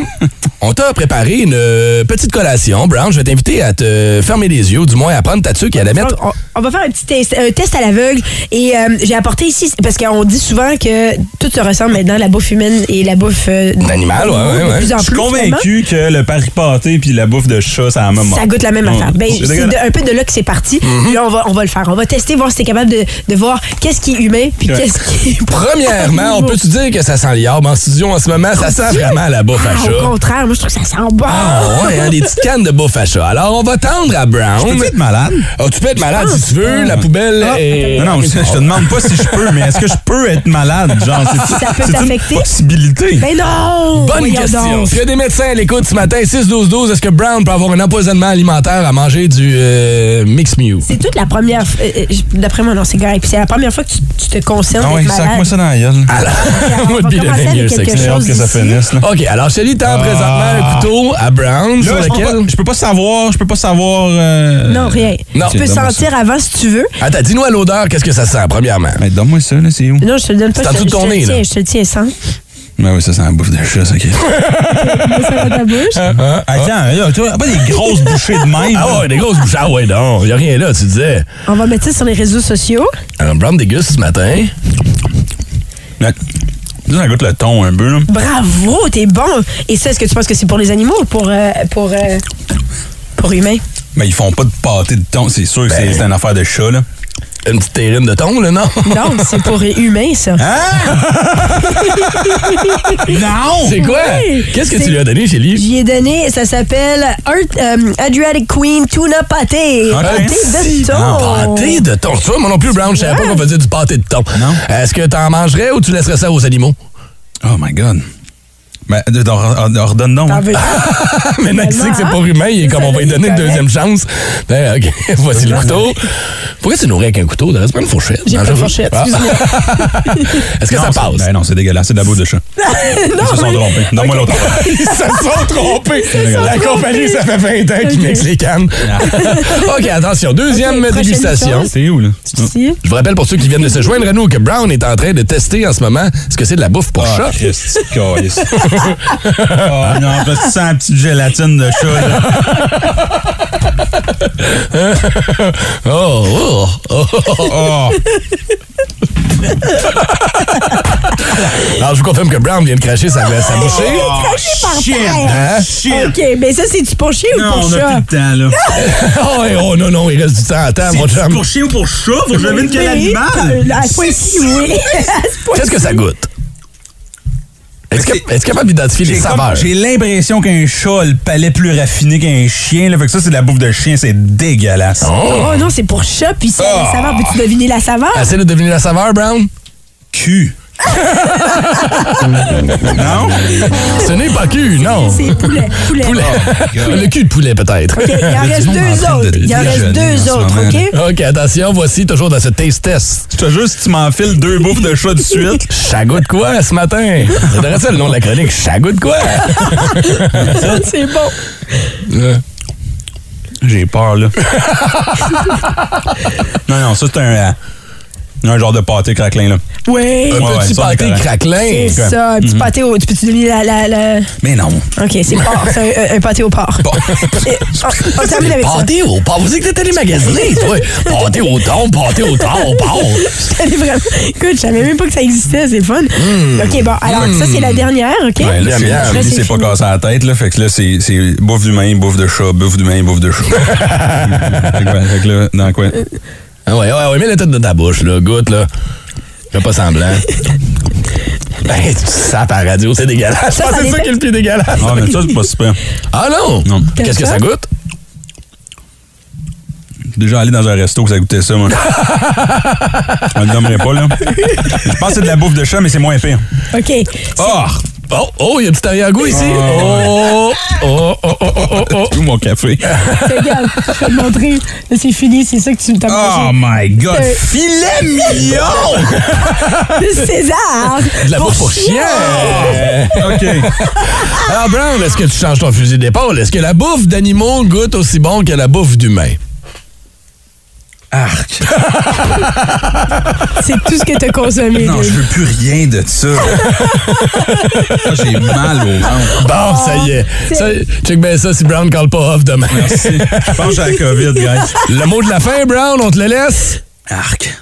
Speaker 1: on t'a préparé une euh, petite collation. Brown, je vais t'inviter à te fermer les yeux, ou du moins à prendre ta tuque et à la mettre.
Speaker 2: On, on va faire un petit test, un test à l'aveugle. Et euh, j'ai apporté ici, parce qu'on dit souvent que tout se ressemble maintenant, la bouffe humaine et la bouffe euh,
Speaker 1: D'animal, ouais, ouais,
Speaker 2: de
Speaker 1: ouais.
Speaker 2: plus en
Speaker 10: Je suis
Speaker 2: plus,
Speaker 10: convaincu que le pari pâté puis la bouffe de chat, ça a même
Speaker 2: Ça goûte la même
Speaker 10: Mmh.
Speaker 1: Mm.
Speaker 2: affaire. Ben,
Speaker 10: C'est
Speaker 2: c'est de-
Speaker 10: dégueulasse.
Speaker 2: un peu de là que c'est parti.
Speaker 1: Mm-hmm.
Speaker 2: Puis Là, on va, on va le faire. On va tester, voir si t'es capable de, de voir qu'est-ce qui est humain puis
Speaker 1: Ouais.
Speaker 2: qu'est-ce qui est.
Speaker 1: Premièrement, on peut-tu dire que ça sent l'herbe en studio en ce moment? Ça sent vraiment la bouffe à
Speaker 2: Ah, au
Speaker 1: chat.
Speaker 2: contraire, moi, je trouve que ça sent bon.
Speaker 1: Ah ouais, hein, des petites cannes de bouffe à chat. Alors, on va tendre à Brown.
Speaker 10: Je peux être malade?
Speaker 1: Ah, tu peux être malade si tu veux, la poubelle est...
Speaker 10: Ah. Non, non, je, je te demande pas si je peux, mais est-ce que je peux être malade? Genre, c'est,
Speaker 2: Ça peut
Speaker 10: c'est
Speaker 2: t'affecter?
Speaker 10: une possibilité.
Speaker 2: Ben non!
Speaker 1: Bonne
Speaker 2: Voyons
Speaker 1: question.
Speaker 2: donc.
Speaker 1: S'il y a des médecins à l'écoute ce matin, 6-12-12, est-ce que Brown peut avoir un empoisonnement alimentaire à manger du euh, Mix Mew?
Speaker 2: C'est toute la première. f- euh, euh, j- D'après moi, non, c'est correct. Puis c'est la première fois que tu, tu te concernes.
Speaker 10: Ah ouais, sac-moi ça dans la gueule.
Speaker 2: on va
Speaker 1: Would be the
Speaker 2: commencer avec
Speaker 1: year
Speaker 2: quelque
Speaker 1: sex.
Speaker 10: J'ai hâte
Speaker 2: chose
Speaker 10: que ça
Speaker 2: d'ici.
Speaker 10: finisse. Là.
Speaker 1: OK, alors Shelly tend présentement un couteau à Brown sur
Speaker 10: Ah. Là, je, peux
Speaker 1: lequel...
Speaker 10: pas, je peux pas savoir, je peux pas savoir... euh,
Speaker 2: Non, rien.
Speaker 1: Non.
Speaker 2: Tu peux
Speaker 10: Ok, donne-moi
Speaker 2: sentir avant si tu veux.
Speaker 1: Attends, dis-nous à l'odeur, qu'est-ce que ça sent, premièrement?
Speaker 10: Mais donne-moi ça, là, c'est où?
Speaker 2: Non, je te le donne pas.
Speaker 1: C'est
Speaker 2: je
Speaker 1: en
Speaker 2: te-
Speaker 1: dessous de ton
Speaker 2: je te le
Speaker 1: nez, là.
Speaker 2: tiens, Je te le tiens sans.
Speaker 10: Ben oui, ça sent la bouffe de chat, ça. ok.
Speaker 2: Ça va ta bouche.
Speaker 10: Attends, là, tu vois, pas des grosses bouchées de même.
Speaker 1: Ah ouais, des grosses bouches. Ah ouais, non, y a rien là, tu disais.
Speaker 2: On va mettre ça sur les réseaux sociaux.
Speaker 1: Alors, Brown déguste ce matin.
Speaker 10: Là, Ça goûte le thon un peu. Là.
Speaker 2: Bravo, t'es bon. Et ça, est-ce que tu penses que c'est pour les animaux ou pour. euh, pour. euh, pour humains?
Speaker 10: Mais ils font pas de pâté de thon, c'est sûr que c'est, c'est une affaire de chat. Là.
Speaker 1: Une petite terrine de thon, là, non?
Speaker 2: Non, c'est pour humains, ça.
Speaker 10: Ah.
Speaker 2: Hein?
Speaker 10: Non!
Speaker 1: C'est quoi?
Speaker 2: Oui.
Speaker 1: Qu'est-ce que
Speaker 2: C'est-
Speaker 1: tu lui as donné, Shelly?
Speaker 2: J'y ai donné, ça s'appelle Earth- euh, Adriatic Queen Tuna Pâté.
Speaker 10: Ah,
Speaker 2: Pâté
Speaker 1: Si,
Speaker 2: de thon.
Speaker 1: Pâté de thon. Tu vois, moi non plus, Brown, je savais pas qu'on faisait du pâté de thon.
Speaker 10: Non.
Speaker 1: Est-ce que t'en mangerais ou tu laisserais ça aux animaux?
Speaker 10: Oh my God. Ben, de- d'or- ordonne donc.
Speaker 2: T'en
Speaker 10: hein.
Speaker 2: veux
Speaker 1: Ah, mais non, il sait que c'est pas humain, il est comme on va lui donner une deuxième chance. Ben, OK, voici le couteau. Pourquoi tu nourris avec un couteau? Reste pas une fourchette.
Speaker 2: J'ai
Speaker 1: Non,
Speaker 2: pas de
Speaker 1: je-
Speaker 2: fourchette,
Speaker 1: Ah.
Speaker 2: excuse-moi.
Speaker 1: Est-ce que
Speaker 10: Non,
Speaker 1: ça
Speaker 10: c'est-
Speaker 1: passe?
Speaker 10: Ben non, c'est dégueulasse, c'est de la bouffe de chat. Ils se sont trompés. Donne-moi l'autre.
Speaker 1: Ils se sont trompés. La compagnie, ça fait 20 ans qu'ils mixent les cannes. OK, attention. Deuxième
Speaker 2: Ok, prochaine
Speaker 1: dégustation.
Speaker 2: chose.
Speaker 10: C'est où, là?
Speaker 2: Si.
Speaker 1: Je vous rappelle pour ceux qui viennent de se joindre à nous que Brown est en train de tester en ce moment ce que c'est de la bouffe pour
Speaker 10: Ah,
Speaker 1: chat.
Speaker 10: Christ, câlisse. Ah, non, parce que tu sens la petite gélatine de chat, là.
Speaker 1: Oh, oh, oh.
Speaker 10: Oh,
Speaker 1: Alors, je vous confirme que Brown vient de cracher sa, sa bouchée.
Speaker 10: ah, shit!
Speaker 1: Hein?
Speaker 10: Shit!
Speaker 2: OK, mais ça, c'est-tu pour chien ou
Speaker 10: Hum. Non,
Speaker 2: pour
Speaker 10: on a
Speaker 2: chat?
Speaker 10: plus le temps, là.
Speaker 1: Oh, et- oh, non, non, il reste du temps à temps, mon
Speaker 10: C'est
Speaker 1: chum.
Speaker 10: pour chien ou pour chat? Faut que je devine quel
Speaker 2: Oui, Euh,
Speaker 10: animal!
Speaker 2: À ce point-ci, oui. À ce point-ci.
Speaker 1: Qu'est-ce que ça goûte? Est-ce que- est-ce capable d'identifier les
Speaker 10: J'ai comme-
Speaker 1: saveurs?
Speaker 10: J'ai l'impression qu'un chat a le palais plus raffiné qu'un chien. Là, fait que ça, c'est de la bouffe de chien. C'est dégueulasse.
Speaker 2: Oh non, c'est pour chat, puis c'est la
Speaker 10: Ah.
Speaker 2: saveur. Peux-tu deviner la saveur?
Speaker 1: Essaye de deviner la saveur, Brown?
Speaker 10: Cul. non?
Speaker 1: Ce n'est pas cul, non.
Speaker 2: C'est poulet. Poulet.
Speaker 1: Poulet. Le cul de poulet, peut-être.
Speaker 2: OK, il en reste
Speaker 10: monde
Speaker 2: deux
Speaker 10: en train de
Speaker 2: autres. Il en reste
Speaker 10: déjeuner en
Speaker 2: deux
Speaker 10: ce
Speaker 2: autres,
Speaker 10: moment,
Speaker 2: OK?
Speaker 1: OK, attention, voici toujours dans ce taste test.
Speaker 10: Je te jure, si tu m'enfiles deux bouffes de chat de suite,
Speaker 1: Ça goûte quoi ce matin? Ça devrait être ça le nom de la chronique. Ça goûte quoi?
Speaker 2: C'est bon.
Speaker 10: j'ai peur, là. non, non, ça, c'est un, euh, un genre de pâté craquelin, là.
Speaker 2: Oui.
Speaker 1: Un
Speaker 10: Ouais, Mhm.
Speaker 1: petit
Speaker 10: ouais, ça, on est
Speaker 1: pâté
Speaker 10: correct.
Speaker 1: craquelin.
Speaker 2: C'est ça, un petit pâté au... Tu peux-tu deviner la... la, la...
Speaker 10: Mais non.
Speaker 2: OK, c'est porc. C'est un, un- un pâté au porc. Et on, on termine avec ça.
Speaker 1: Pâté au porc. Vous dites que t'étais les magasiner, toi. Pâté au thon, pâté au thon, au porc.
Speaker 2: J'allais vraiment... Écoute, je savais même pas que ça existait. C'est le fun. OK, bon, alors ça, c'est la dernière, OK?
Speaker 10: Mm. Ouais, là,
Speaker 2: Après,
Speaker 10: c'est- Julie, c'est pas
Speaker 2: fini.
Speaker 10: cassé à la tête, là. Fait que là, c'est c'est bouffe d'humain, bouffe de chat, bouffe d'humain, bouffe de chat. fait, que, ouais, fait que là, dans quoi?
Speaker 1: Ah ouais, ouais, ouais, mets la tête dans ta bouche, là. Goûte, là. Fais pas semblant. Hey, tu sapes à la radio, c'est dégueulasse.
Speaker 2: Ça, ça
Speaker 1: c'est ça
Speaker 2: dépend.
Speaker 1: qui est le plus dégueulasse.
Speaker 10: Ah, mais ça, c'est pas super.
Speaker 1: Ah non?
Speaker 10: Non.
Speaker 1: Qu'est-ce que ça goûte?
Speaker 10: déjà allé dans un resto que ça goûtait ça, moi. Je me le nommerai pas, là. Je pense que c'est de la bouffe de chat, mais c'est moins pire.
Speaker 2: OK.
Speaker 10: Oh!
Speaker 1: Oh, oh, il y a un petit arrière-goût ici.
Speaker 10: Ah.
Speaker 1: Oh, oh, oh, oh, oh, oh.
Speaker 10: Tout mon café.
Speaker 2: Regarde, je vais te montrer. Là, c'est fini, c'est ça que tu t'as
Speaker 10: Oh my God!
Speaker 2: Euh,
Speaker 10: Filet mignon! Ah,
Speaker 2: De César!
Speaker 1: De la bouffe pour
Speaker 2: chien.
Speaker 1: chien!
Speaker 10: OK.
Speaker 1: Alors, Ah, Brown, est-ce que tu changes ton fusil d'épaule? Est-ce que la bouffe d'animaux goûte aussi bon que la bouffe d'humains?
Speaker 10: Arc.
Speaker 2: C'est tout ce que t'as consommé.
Speaker 10: Non,
Speaker 2: là.
Speaker 10: je veux plus rien de ça. Ah, J'ai mal au ventre.
Speaker 1: Bon,
Speaker 2: Ah,
Speaker 1: ça y est. Ça, check bien ça si Brown call pas off demain.
Speaker 10: Merci. Je pense que j'ai la COVID, guys.
Speaker 1: Le mot de la fin, Brown, on te le laisse?
Speaker 10: Arc.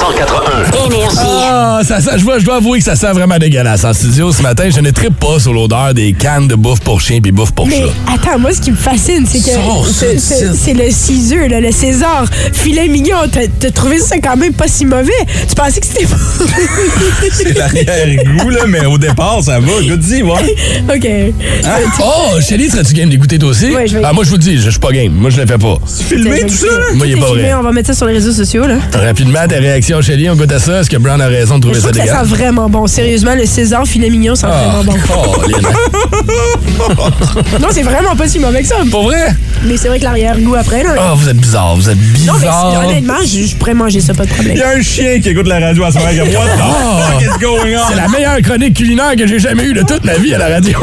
Speaker 3: 181.
Speaker 1: Ah, ça sent- je, dois, je dois avouer que ça sent vraiment dégueulasse. En studio, ce matin, je ne tripe pas sur l'odeur des cannes de bouffe pour chien puis bouffe pour
Speaker 2: Mais
Speaker 1: chat.
Speaker 2: attends, moi, ce qui me fascine, c'est
Speaker 10: Sors
Speaker 2: que
Speaker 10: ça
Speaker 2: c'est-
Speaker 10: du
Speaker 2: c'est
Speaker 10: site.
Speaker 2: c'est le ciseau, là, le César. Filet mignon, t'as t'as trouvé ça quand même pas si mauvais. Tu pensais que c'était
Speaker 10: C'est l'arrière-goût, là, mais au départ, ça va. Je dis, ouais. Hein?
Speaker 2: OK.
Speaker 1: Oh, Shelly, serais-tu game d'écouter toi aussi?
Speaker 2: Ouais, je vais.
Speaker 1: Ah, moi, je vous le dis, je je suis pas game. Moi, je le fais pas.
Speaker 10: Filmer tout ça, là.
Speaker 1: Moi, il est
Speaker 2: Tout
Speaker 1: pas
Speaker 2: filmé,
Speaker 1: vrai.
Speaker 2: On va mettre ça sur les réseaux sociaux, là.
Speaker 1: Rapidement, tes réactions, Shelly, on goûte à ça. Est-ce que Brown a raison de
Speaker 2: Je
Speaker 1: trouver ça
Speaker 2: trouve que ça
Speaker 1: dégueulasse?
Speaker 2: sent vraiment bon. Sérieusement, le César filet mignon sent
Speaker 1: Ah,
Speaker 2: vraiment bon.
Speaker 1: oh, Lynn.
Speaker 2: Non, c'est vraiment pas si mauvais que ça.
Speaker 1: Pour vrai?
Speaker 2: Mais c'est vrai que l'arrière-goût après, là.
Speaker 10: Oh,
Speaker 1: Ah, vous êtes bizarre, vous êtes
Speaker 2: non, mais
Speaker 1: bizarre.
Speaker 2: honnêtement, je, je pourrais manger ça, pas de
Speaker 10: Il y
Speaker 2: problème.
Speaker 10: a un chien qui écoute la radio à ce moment-là. What the fuck is going
Speaker 1: Ah! C'est
Speaker 10: on?
Speaker 1: la meilleure chronique culinaire que j'ai jamais eue de toute ma vie à la radio.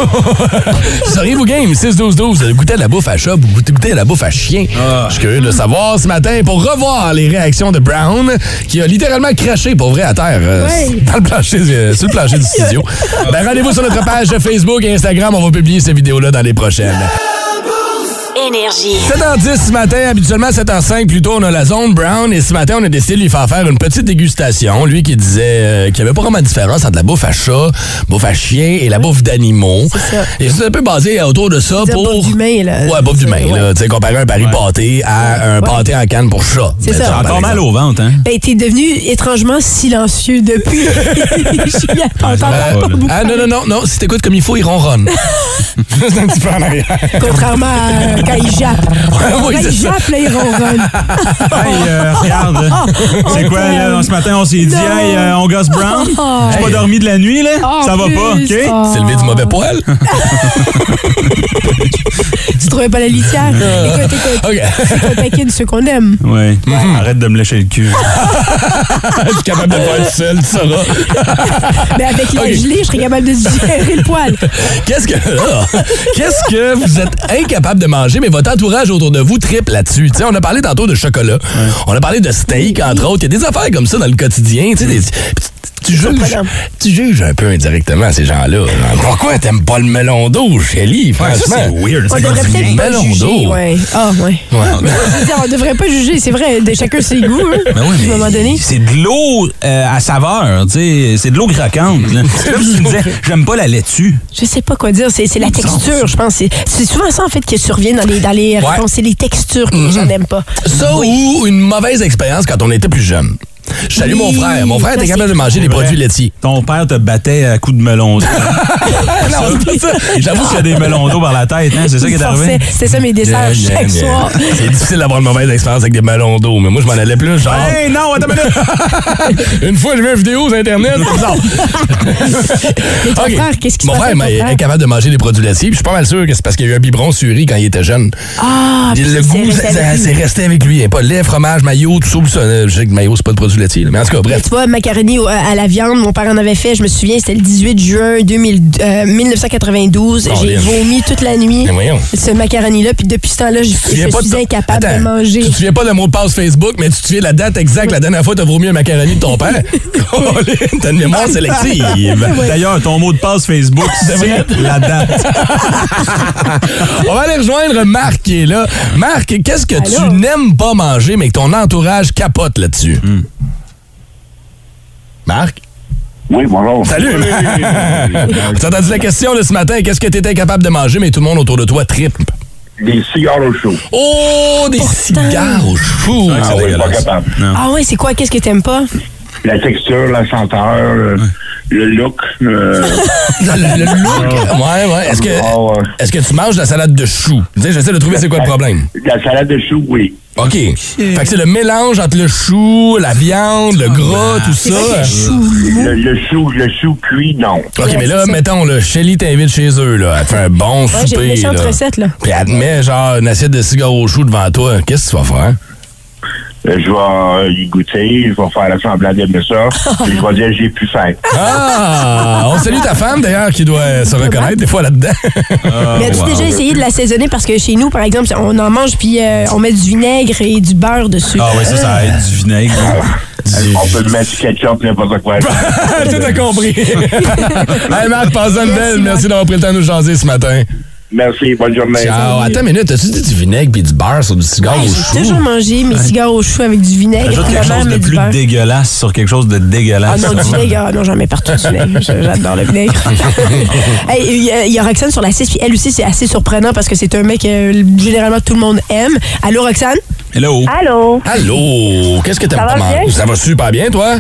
Speaker 1: Seriez-vous game? 6-12-12, goûtez à la bouffe à chat, vous goûtez- goûtez à la bouffe à chien.
Speaker 10: Ah.
Speaker 1: Je suis curieux de le savoir ce matin pour revoir les réactions de Brown, qui a littéralement craché pour vrai à terre euh,
Speaker 2: Ouais.
Speaker 1: dans le plancher, euh, sur le plancher du studio. Ben, Rendez-vous sur notre page Facebook et Instagram, on va publier ces vidéos-là dans les prochaines.
Speaker 11: Énergie.
Speaker 1: 7h10 ce matin, habituellement 7h05, plus tôt on a la zone Brown et ce matin on a décidé de lui faire faire une petite dégustation. Lui qui disait euh, qu'il n'y avait pas vraiment de différence entre la bouffe à chat, bouffe à chien et la bouffe d'animaux.
Speaker 2: C'est ça.
Speaker 1: Et c'est un peu basé autour de ça
Speaker 2: C'est-à-dire
Speaker 1: pour...
Speaker 2: bouffe d'humain, là.
Speaker 1: Ouais, bouffe
Speaker 2: C'est-
Speaker 1: d'humain,
Speaker 2: ouais.
Speaker 1: là. Tu sais, comparer un pari pâté à un pâté en canne pour chat.
Speaker 2: C'est
Speaker 1: mettons,
Speaker 2: ça.
Speaker 10: J'ai
Speaker 1: par
Speaker 10: encore mal
Speaker 1: exemple.
Speaker 10: au ventre, hein?
Speaker 2: Ben, t'es devenu étrangement silencieux depuis. Julien, t'entends
Speaker 10: Ah,
Speaker 2: pas
Speaker 10: là.
Speaker 2: beaucoup.
Speaker 1: Ah non, non, non, non, si t'écoutes comme il faut, il ronronne. Juste un petit peu en arrière.
Speaker 2: Contrairement à euh, quand il jappe.
Speaker 1: Ouais, oui,
Speaker 2: quand
Speaker 1: c'est
Speaker 2: il
Speaker 1: ça.
Speaker 2: jappe, là, il ronronne.
Speaker 10: Hey, euh, regarde. C'est quoi, là? Ce matin, on s'est dit,
Speaker 2: Oh, Non.
Speaker 10: hey, euh, on gosse Brown. J'ai pas
Speaker 1: Hey.
Speaker 10: dormi de la nuit, là.
Speaker 2: En
Speaker 10: ça va pas,
Speaker 2: plus,
Speaker 10: OK?
Speaker 2: oh.
Speaker 1: C'est levé du mauvais poil?
Speaker 2: Tu trouvais pas la litière? Écoute, écoute.
Speaker 1: OK.
Speaker 2: C'est un paquet de ceux qu'on aime.
Speaker 10: Ouais. Arrête de me lécher le cul.
Speaker 1: Je suis capable de le faire tout seul, tu sauras.
Speaker 2: Mais avec la
Speaker 1: Ok.
Speaker 2: gelée, je serais capable de digérer le poil.
Speaker 1: Qu'est-ce que ah! qu'est-ce que vous êtes incapable de manger, mais votre entourage autour de vous tripe là-dessus. Tu sais, on a parlé tantôt de chocolat, on a parlé de steak entre autres. Il y a des affaires comme ça dans le quotidien. Tu sais,
Speaker 2: Mm.
Speaker 1: des- puis tu- tu juges, tu juges un peu indirectement ces gens-là. Pourquoi t'aimes pas le melon d'eau, Shelly, franchement?
Speaker 10: weird.
Speaker 2: On devrait peut-être pas
Speaker 1: Ballon
Speaker 2: juger.
Speaker 1: d'eau.
Speaker 2: Ouais. Ah, ouais.
Speaker 1: Ouais.
Speaker 2: Je veux dire, on devrait pas juger, c'est vrai, de chacun ses goûts. Hein,
Speaker 10: Ben oui,
Speaker 2: à un moment donné.
Speaker 10: C'est de l'eau euh, à saveur, tu sais. C'est de l'eau croquante. là. C'est comme si tu me disais, j'aime pas la laitue.
Speaker 2: Je sais pas quoi dire, c'est c'est la texture, je pense. C'est c'est souvent ça, en fait, qui survient dans les, dans les
Speaker 1: Ouais.
Speaker 2: réponses. C'est les textures que les gens n'aiment pas.
Speaker 1: Ça ou une mauvaise expérience quand on était plus jeune. Je salue mon
Speaker 2: Oui,
Speaker 1: frère. Mon frère était
Speaker 2: ça,
Speaker 1: capable de
Speaker 2: c'est-
Speaker 1: manger des
Speaker 10: Vrai.
Speaker 1: produits laitiers.
Speaker 10: Ton père te battait à coups de melon d'eau.
Speaker 1: Non, c'est pas ça.
Speaker 10: J'avoue qu'il y a des melons d'eau par la tête, hein? C'est ça qui est arrivé?
Speaker 2: Forçait- C'est ça mes
Speaker 1: Yeah,
Speaker 2: desserts
Speaker 1: yeah,
Speaker 2: chaque
Speaker 1: yeah.
Speaker 2: soir.
Speaker 1: C'est difficile d'avoir une mauvaise expérience avec des melons d'eau, mais moi je m'en allais plus genre.
Speaker 10: Hey, non, attends une minute!
Speaker 1: Une fois, j'ai vu une vidéo sur Internet, c'est bizarre.
Speaker 2: ton
Speaker 1: Ok.
Speaker 2: frère, qu'est-ce qui se
Speaker 1: Mon
Speaker 2: passe
Speaker 1: frère
Speaker 2: avec ton
Speaker 1: m'a-
Speaker 2: frère?
Speaker 1: est capable de manger des produits laitiers, puis je suis pas mal sûr que c'est parce qu'il y a eu un biberon sur riz quand il était jeune.
Speaker 2: Ah,
Speaker 1: Puis
Speaker 2: puis
Speaker 1: le
Speaker 2: c'est
Speaker 1: goût,
Speaker 2: resté
Speaker 1: ça- ça-
Speaker 2: avec lui.
Speaker 1: c'est resté avec lui. Il y a pas de lait, fromage, maillot, tout ça. tout ça. Euh, Je sais que maillot, c'est pas de produits laitiers, là. mais en tout cas, bref.
Speaker 2: Tu vois, macaroni au- à la viande, mon père en avait fait, je me souviens, c'était le 18 juin 2000, euh, 1992.
Speaker 1: Oh,
Speaker 2: J'ai
Speaker 1: Lynn.
Speaker 2: vomi toute la nuit
Speaker 1: Mais voyons.
Speaker 2: ce macaroni-là, puis depuis ce temps-là, je,
Speaker 1: Tu te
Speaker 2: je
Speaker 1: souviens pas
Speaker 2: suis
Speaker 1: ta-
Speaker 2: incapable
Speaker 1: Attends,
Speaker 2: de manger.
Speaker 1: Tu te souviens pas de mot de passe Facebook, mais tu te souviens de la date exacte la dernière fois que t'as vomi un macaroni de ton père? Colin, T'as une mémoire sélective.
Speaker 10: D'ailleurs, ton mot de passe Facebook, c'est la date.
Speaker 1: On va aller rejoindre Marc qui est là. Marc, qu'est-ce que
Speaker 2: Allô?
Speaker 1: tu n'aimes pas manger, mais que ton entourage capote là-dessus?
Speaker 10: Hmm.
Speaker 1: Marc?
Speaker 12: Oui, bonjour.
Speaker 1: Salut!
Speaker 10: Euh,
Speaker 1: T'as entendu la question de ce matin? Qu'est-ce que t'étais incapable de manger, mais tout le monde autour de toi tripe?
Speaker 12: Des cigares au chaud.
Speaker 1: Oh, des cigares au chou!
Speaker 10: Ah
Speaker 12: Ah
Speaker 10: c'est
Speaker 12: oui, pas
Speaker 10: dégueulasse.
Speaker 12: capable.
Speaker 2: Ah ouais, c'est quoi? Qu'est-ce que t'aimes pas?
Speaker 12: La texture, la senteur, euh, le look. euh,
Speaker 1: Le, le look.
Speaker 10: Ah.
Speaker 1: Ouais, ouais. Est-ce que, est-ce que tu manges la salade de choux? Tu sais, J'essaie de trouver c'est quoi le problème.
Speaker 12: La salade de choux, oui.
Speaker 1: OK. Fait que c'est le mélange entre le chou, la viande, le gras, tout ça.
Speaker 12: Le, le chou, le chou cuit, non.
Speaker 1: OK, mais là, mettons, le Shelly t'invite chez eux, là. Elle te fait un bon
Speaker 12: Ouais, j'ai une
Speaker 1: souper.
Speaker 12: méchante
Speaker 1: là.
Speaker 12: recette, là.
Speaker 1: Puis elle te met, genre, une assiette de cigare au chou devant toi. Qu'est-ce que tu vas faire?
Speaker 12: Euh, Je vais euh, y goûter, je vais faire la semblant d'aimer ça, puis je vais dire j'ai plus faim.
Speaker 1: Ah! On salue ta femme, d'ailleurs, qui doit se reconnaître des fois là-dedans.
Speaker 10: Ah,
Speaker 2: Mais as-tu déjà essayé de l'assaisonner? Parce que chez nous, par exemple, on en mange puis euh, on met du vinaigre et du beurre dessus.
Speaker 10: Ah oui, ça, ça aide du vinaigre.
Speaker 1: Ah,
Speaker 12: On peut mettre du ketchup, n'importe quoi.
Speaker 1: Tout a compris. hey, Matt, passe une belle. Merci d'avoir pris le temps de nous jaser ce matin.
Speaker 12: Merci, bonne journée.
Speaker 1: Ciao. Attends une minute, as-tu dit du vinaigre puis du beurre sur du cigare
Speaker 2: Ouais,
Speaker 1: au chou?
Speaker 2: J'ai toujours mangé mes cigares au chou avec du vinaigre.
Speaker 10: Ajoute
Speaker 2: puis
Speaker 10: quelque
Speaker 2: ma mère
Speaker 10: chose de
Speaker 2: met du
Speaker 10: plus
Speaker 2: beurre.
Speaker 10: dégueulasse sur quelque chose de
Speaker 2: Ah
Speaker 10: dégueulasse.
Speaker 2: non, du vinaigre, ah non, j'en mets partout du vinaigre. J'adore le vinaigre. Hey, Il y a- il y a Roxane sur la 6, puis elle aussi, c'est assez surprenant parce que c'est un mec que euh, généralement tout le monde aime. Allô, Roxane?
Speaker 10: Hello.
Speaker 13: Allô.
Speaker 1: Allô. Qu'est-ce que t'aimes
Speaker 13: Ça
Speaker 1: pas
Speaker 13: va
Speaker 1: manger?
Speaker 13: bien?
Speaker 1: Ça va super bien, toi?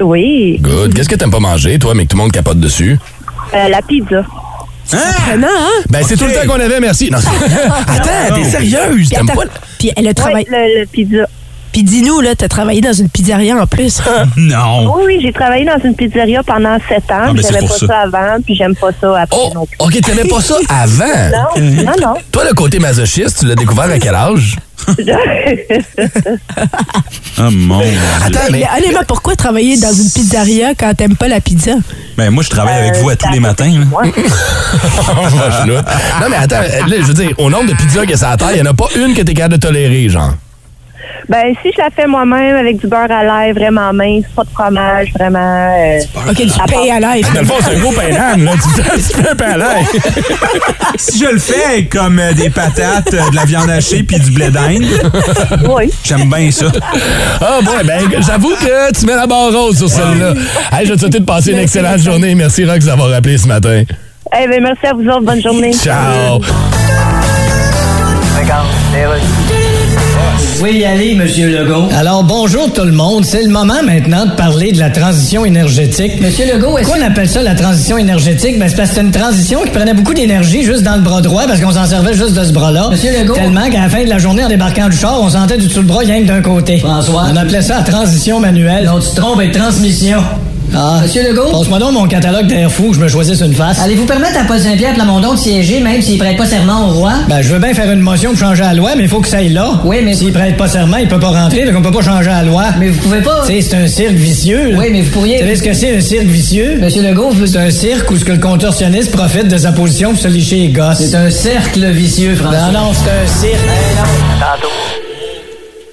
Speaker 13: Oui,
Speaker 1: Good. Qu'est-ce que t'aimes pas manger, toi, mais que tout le monde capote dessus?
Speaker 13: euh, la pizza.
Speaker 2: Surprenant, hein? Ah,
Speaker 1: Ben, c'est tout le temps qu'on avait, merci. Non, c'est- Attends, t'es sérieuse?
Speaker 2: Puis
Speaker 1: T'aimes
Speaker 2: attends,
Speaker 1: pas
Speaker 2: Puis elle a travaillé.
Speaker 13: le, pizza.
Speaker 2: Puis dis-nous, là, t'as travaillé dans une pizzeria en plus. Oh,
Speaker 10: Non.
Speaker 13: Oui, oui, j'ai travaillé dans une pizzeria pendant sept ans.
Speaker 1: Ah, ben,
Speaker 13: puis
Speaker 1: c'est
Speaker 13: J'aimais
Speaker 1: pour
Speaker 13: pas
Speaker 1: ça.
Speaker 13: ça. avant, puis j'aime pas ça après non plus.
Speaker 1: Oh, OK, t'aimais pas ça avant?
Speaker 13: Non, non, non.
Speaker 1: Toi, le côté masochiste, tu l'as découvert à quel âge?
Speaker 10: Ah mon Dieu.
Speaker 2: Attends, mais honnêtement, pourquoi travailler dans une pizzeria quand t'aimes pas la pizza?
Speaker 10: Ben, moi, je travaille avec vous à tous les
Speaker 2: Euh,
Speaker 10: matins. là.
Speaker 1: Vacheloute. non, mais attends, là, je veux dire, au nombre de pizzas que ça attend, il n'y en a pas une que t'es capable de tolérer, genre.
Speaker 13: Ben, si je la fais moi-même avec du beurre à l'ail, vraiment mince, pas de fromage, vraiment. euh,
Speaker 2: OK, du pain à l'ail.
Speaker 1: Ah, Dans le fond, c'est un gros pain d'âne, là. Tu fais- Tu fais un pain à l'ail.
Speaker 10: Si je le fais comme euh, des patates, euh, de la viande hachée puis du blé d'Inde,
Speaker 13: oui.
Speaker 10: j'aime bien ça.
Speaker 1: Ah, ouais, ben, j'avoue que tu mets la barre rose sur celle-là. Hey, je te souhaite de passer une excellente journée. Merci, Rox, d'avoir appelé ce matin.
Speaker 14: Ah,
Speaker 13: Eh ben, merci à vous autres. Bonne journée.
Speaker 1: Ciao.
Speaker 14: Vous pouvez y aller, Monsieur Legault. Alors, bonjour tout le monde. C'est le moment maintenant de parler de la transition énergétique. Monsieur Legault, est-ce qu'on appelle ça la transition énergétique? Ben, c'est parce que c'est une transition qui prenait beaucoup d'énergie juste dans le bras droit parce qu'on s'en servait juste de ce bras-là. Monsieur Legault. Tellement qu'à la fin de la journée, en débarquant du char, on sentait du tout le bras rien que d'un côté. François. On appelait ça la transition manuelle. Non, tu te trompes, avec transmission. Ah. Monsieur Legault. Passe-moi donc mon catalogue d'air fou que je me choisisse une face.
Speaker 7: Allez-vous permettre à Paul Saint-Pierre Plamondon de siéger, même s'il prête pas serment au roi?
Speaker 14: Ben, je veux bien faire une motion de changer la loi, mais il faut que ça aille là. Oui, mais. S'il prête pas serment, il peut pas rentrer, donc on peut pas changer la loi. Mais vous pouvez pas. Tu sais, c'est un cirque vicieux. Oui, mais vous pourriez. Tu sais ce que c'est un cirque vicieux? Monsieur Legault, vous. C'est un cirque où ce que le contorsionniste profite de sa position pour se licher les gosses. C'est un cercle vicieux, François. Non, non, c'est un cirque.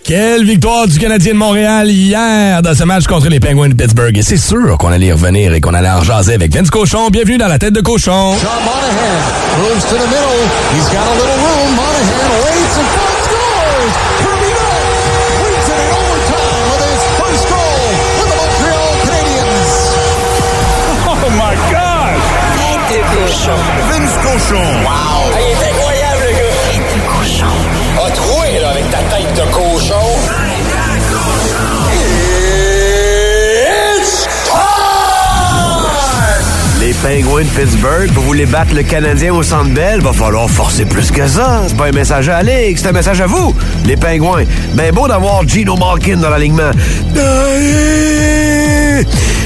Speaker 1: Quelle victoire du Canadien de Montréal hier dans ce match contre les Penguins de Pittsburgh. Et c'est sûr qu'on allait y revenir et qu'on allait en jaser avec Vince Cochon. Bienvenue dans la tête de cochon.
Speaker 15: Sean Monahan moves to the middle. He's got a little room. Monahan waits and finds scores. Kirby Doc leads it in overtime with his first goal for the Montreal Canadiens. Oh my God! Tête de cochon. Vince cochon. Wow! il est incroyable le gars. Tête de cochon. A troué là avec ta tête de cochon. It's time!
Speaker 16: Les Pingouins de Pittsburgh, vous voulez battre le Canadien au Centre Bell, va falloir forcer plus que ça. C'est pas un message à Alex, c'est un message à vous, les Pingouins. Ben beau d'avoir Gino Malkin dans l'alignement.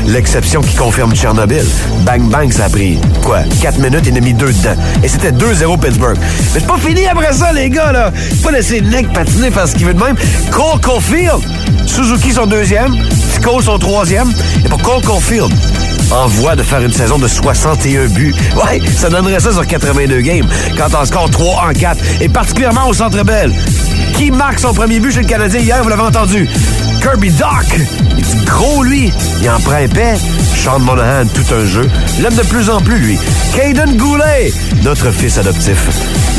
Speaker 16: L'exception qui confirme Tchernobyl. Bang Bang, ça a pris, quoi, 4 minutes et demi, 2 dedans. Et c'était 2-0 Pittsburgh. Mais c'est pas fini après ça, les gars, là. Faut Pas laisser Nick patiner, faire ce qu'il veut de même. Cole Caulfield, Suzuki son deuxième, Tico son troisième. Et pour Cole Caulfield, en voie de faire une saison de 61 buts. Ouais, ça donnerait ça sur 82 games, quand on score 3 en 4, et particulièrement au Centre Bell. Qui marque son premier but chez le Canadien hier, vous l'avez entendu? Kirby Doc! Il est gros, lui! Il en prend épais. Sean Monahan, tout un jeu. L'aime de plus en plus, lui. Caden Goulet, notre fils adoptif.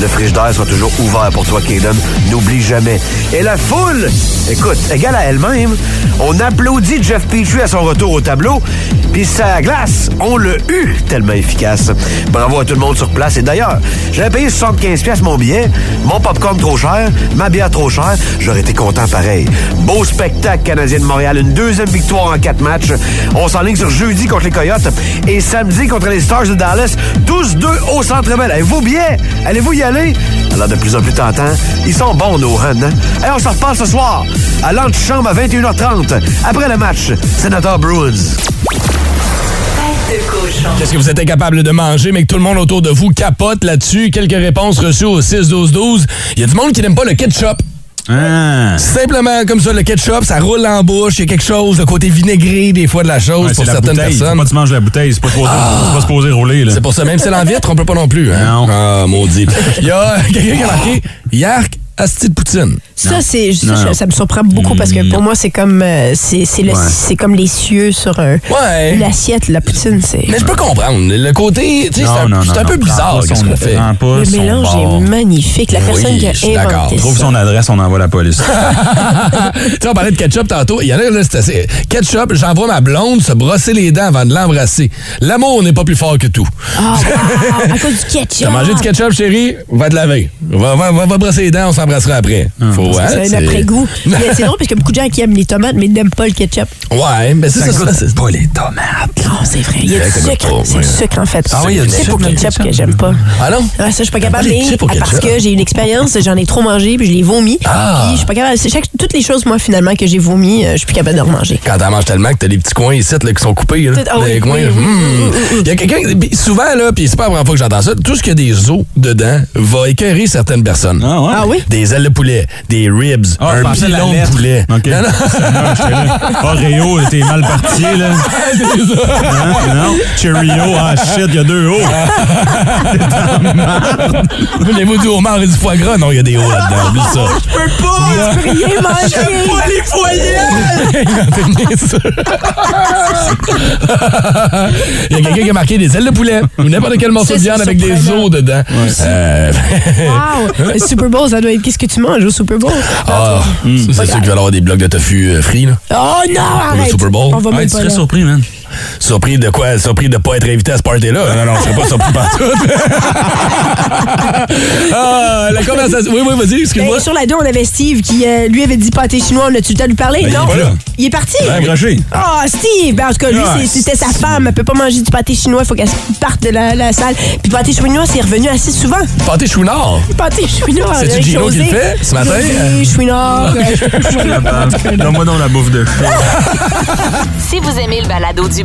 Speaker 16: Le frigidaire sera toujours ouvert pour toi, Caden. N'oublie jamais. Et la foule, écoute, égale à elle-même, On applaudit Jeff Petrie à son retour au tableau, puis sa glace, on l'a eu tellement efficace. Bravo à tout le monde sur place. Et d'ailleurs, j'avais payé 75$ mon billet, mon popcorn trop cher, ma bière trop chère, j'aurais été content pareil. Beau spectacle canadien de Montréal, une deuxième victoire en quatre matchs. On s'enligne sur jeudi contre les Coyotes et samedi contre les Stars de Dallas, tous deux au Centre Bell. Avez-vous bien? Allez-vous y aller? Alors de plus en plus tentant, ils sont bons nos Huns. hein? Hey, on se reparle ce soir à l'antichambre à 21h30 après le match Sénateur Bruins.
Speaker 1: Qu'est-ce que vous êtes incapable de manger, mais que tout le monde autour de vous capote là-dessus? Quelques réponses reçues au 6-12-12. Il y a du monde qui n'aime pas le ketchup.
Speaker 10: Ah.
Speaker 1: Simplement comme ça, le ketchup, ça roule en bouche, il y a quelque chose, le côté vinaigré des fois de la chose
Speaker 10: Ouais, c'est
Speaker 1: pour
Speaker 10: la
Speaker 1: certaines
Speaker 10: bouteille.
Speaker 1: personnes.
Speaker 10: Faut pas que tu manges la bouteille, c'est pas supposé,
Speaker 1: Ah!
Speaker 10: c'est pas supposé rouler. là.
Speaker 1: C'est pour ça, même si c'est en vitre, on peut pas non plus. Hein? Non. Ah, maudit. Il y a quelqu'un qui a marqué Yark, asti de poutine.
Speaker 2: Ça, c'est, ça,
Speaker 1: Non,
Speaker 2: je-
Speaker 1: non. Mm.
Speaker 2: ça me surprend beaucoup parce que pour moi, c'est comme, euh, c'est, c'est le-
Speaker 1: Ouais.
Speaker 2: c'est comme les cieux sur un,
Speaker 1: Ouais.
Speaker 2: une assiette. La poutine, c'est.
Speaker 1: Mais je peux comprendre. Le côté, tu sais, c'est
Speaker 10: Non, non,
Speaker 1: un, c'est un
Speaker 10: non,
Speaker 1: peu
Speaker 10: prends
Speaker 1: bizarre
Speaker 10: pas
Speaker 1: qu'est-ce
Speaker 10: son-
Speaker 1: qu'on fait.
Speaker 10: prends pas
Speaker 2: Le
Speaker 10: son
Speaker 2: mélange
Speaker 10: bord.
Speaker 2: est magnifique.
Speaker 1: Ben
Speaker 2: La personne
Speaker 10: Ben Oui,
Speaker 2: qui a
Speaker 10: je suis d'accord.
Speaker 2: inventé
Speaker 10: Trouve
Speaker 2: ça.
Speaker 10: son adresse, on envoie la police.
Speaker 1: tu sais, on parlait de ketchup tantôt. Il y en a, là, c'est assez. Ketchup, j'envoie ma blonde se brosser les dents avant de l'embrasser. L'amour n'est pas plus fort que tout.
Speaker 2: Ah, wow, à cause du ketchup.
Speaker 1: T'as mangé du ketchup, chérie? Va te laver. Va, va, va, va brosser les dents, on s'embrassera après. Faut, hein,
Speaker 2: C'est
Speaker 1: c'est-
Speaker 2: un après-goût. Mais c'est drôle parce qu'il y a beaucoup de gens qui aiment les tomates, mais n'aiment pas le ketchup.
Speaker 1: Ouais, mais c'est
Speaker 2: Ça
Speaker 1: ça.
Speaker 2: goûte
Speaker 1: pas les tomates.
Speaker 2: Non, c'est vrai. Il y a du
Speaker 1: Ouais, ça goûte
Speaker 2: sucre.
Speaker 1: pas,
Speaker 2: C'est
Speaker 1: ouais.
Speaker 2: du sucre, en fait.
Speaker 1: Ah oui, il y a du
Speaker 2: C'est
Speaker 1: sucre
Speaker 2: pour
Speaker 1: dans
Speaker 2: le
Speaker 1: le
Speaker 2: ketchup que j'aime pas.
Speaker 1: Ah non?
Speaker 2: Ouais, ça, je suis pas
Speaker 1: pas
Speaker 2: capable.
Speaker 1: les
Speaker 2: mais-
Speaker 1: chips au ketchup?
Speaker 2: Parce que j'ai une expérience, j'en ai trop mangé, puis je les vomis.
Speaker 1: Ah.
Speaker 2: Puis je suis pas capable. c'est Chaque, toutes les choses, moi, finalement, que j'ai vomi, euh, je suis plus capable de remanger.
Speaker 1: Quand t'en manges tellement que t'as les petits coins ici là, qui sont coupés. Là,
Speaker 2: Ah oui,
Speaker 1: les coins.
Speaker 2: oui, oui,
Speaker 1: hmm. Il y a quelqu'un. puis Souvent, là, puis c'est pas la première fois que j'entends ça, tout ce qu'il y a des os dedans va écœurer certaines personnes. Ah,
Speaker 10: ouais?
Speaker 2: Ah oui?
Speaker 1: Des ailes de poulet, des ribs,
Speaker 10: Ah, je
Speaker 1: un
Speaker 10: pensais la
Speaker 1: pilon de
Speaker 10: lettre.
Speaker 1: poulet.
Speaker 10: OK.
Speaker 1: Non,
Speaker 10: Ah,
Speaker 1: non.
Speaker 10: Seigneur, j'étais là. Oreo, t'es mal parti, là.
Speaker 1: C'est ça.
Speaker 10: Hein? Non? Cheerio, ah shit, il y a deux hauts.
Speaker 1: Voulez-vous du homard et du foie gras? Non, il y a des os là-dedans. Oublie ça.
Speaker 15: Je peux pas!
Speaker 2: Je peux rien manger.
Speaker 15: J'aime pas les foyers!
Speaker 1: Il y a quelqu'un qui a marqué des ailes de poulet ou n'importe quel morceau de
Speaker 2: Ça,
Speaker 1: viande
Speaker 2: c'est
Speaker 1: avec des
Speaker 2: surprenant.
Speaker 1: os dedans. Euh,
Speaker 2: Wow! Le Super Bowl, ça doit être. Qu'est-ce que tu manges au Super Bowl?
Speaker 1: Ah,
Speaker 2: Hmm.
Speaker 1: c'est sûr qu'il va y avoir des blocs de tofu euh, frits, là.
Speaker 2: Oh non!
Speaker 1: Pour le
Speaker 2: Arrête.
Speaker 1: Super Bowl. Ah,
Speaker 2: On va
Speaker 10: Ah,
Speaker 2: même pas là.
Speaker 10: man.
Speaker 1: Surpris de quoi? Surpris de pas être invité à ce party-là? Non, non, non, je serais pas surpris par tout. ah, la conversation. Oui, oui, vas-y,
Speaker 2: Ben,
Speaker 1: excuse-moi.
Speaker 2: sur la 2, on avait Steve qui, euh, lui, avait dit pâté chinois. On a-tu le temps de lui parler?
Speaker 1: Ben, il est
Speaker 2: non.
Speaker 1: pas là.
Speaker 2: Il est parti.
Speaker 1: Hein?
Speaker 10: Ben, accroché.
Speaker 2: Ah, Steve! Ben, en tout cas, lui,
Speaker 10: Ah,
Speaker 2: c'est- c'était sa femme. Elle peut pas manger du pâté chinois. Il faut qu'elle parte de la, la salle. Puis pâté chinois, c'est revenu assez souvent.
Speaker 1: Pâté chouinard.
Speaker 2: Pâté chinois.
Speaker 1: C'est-tu Gino qui le fait ce matin?
Speaker 2: Oui, chouinard.
Speaker 10: Donne-moi donc la bouffe de chou.
Speaker 11: Si vous aimez le balado du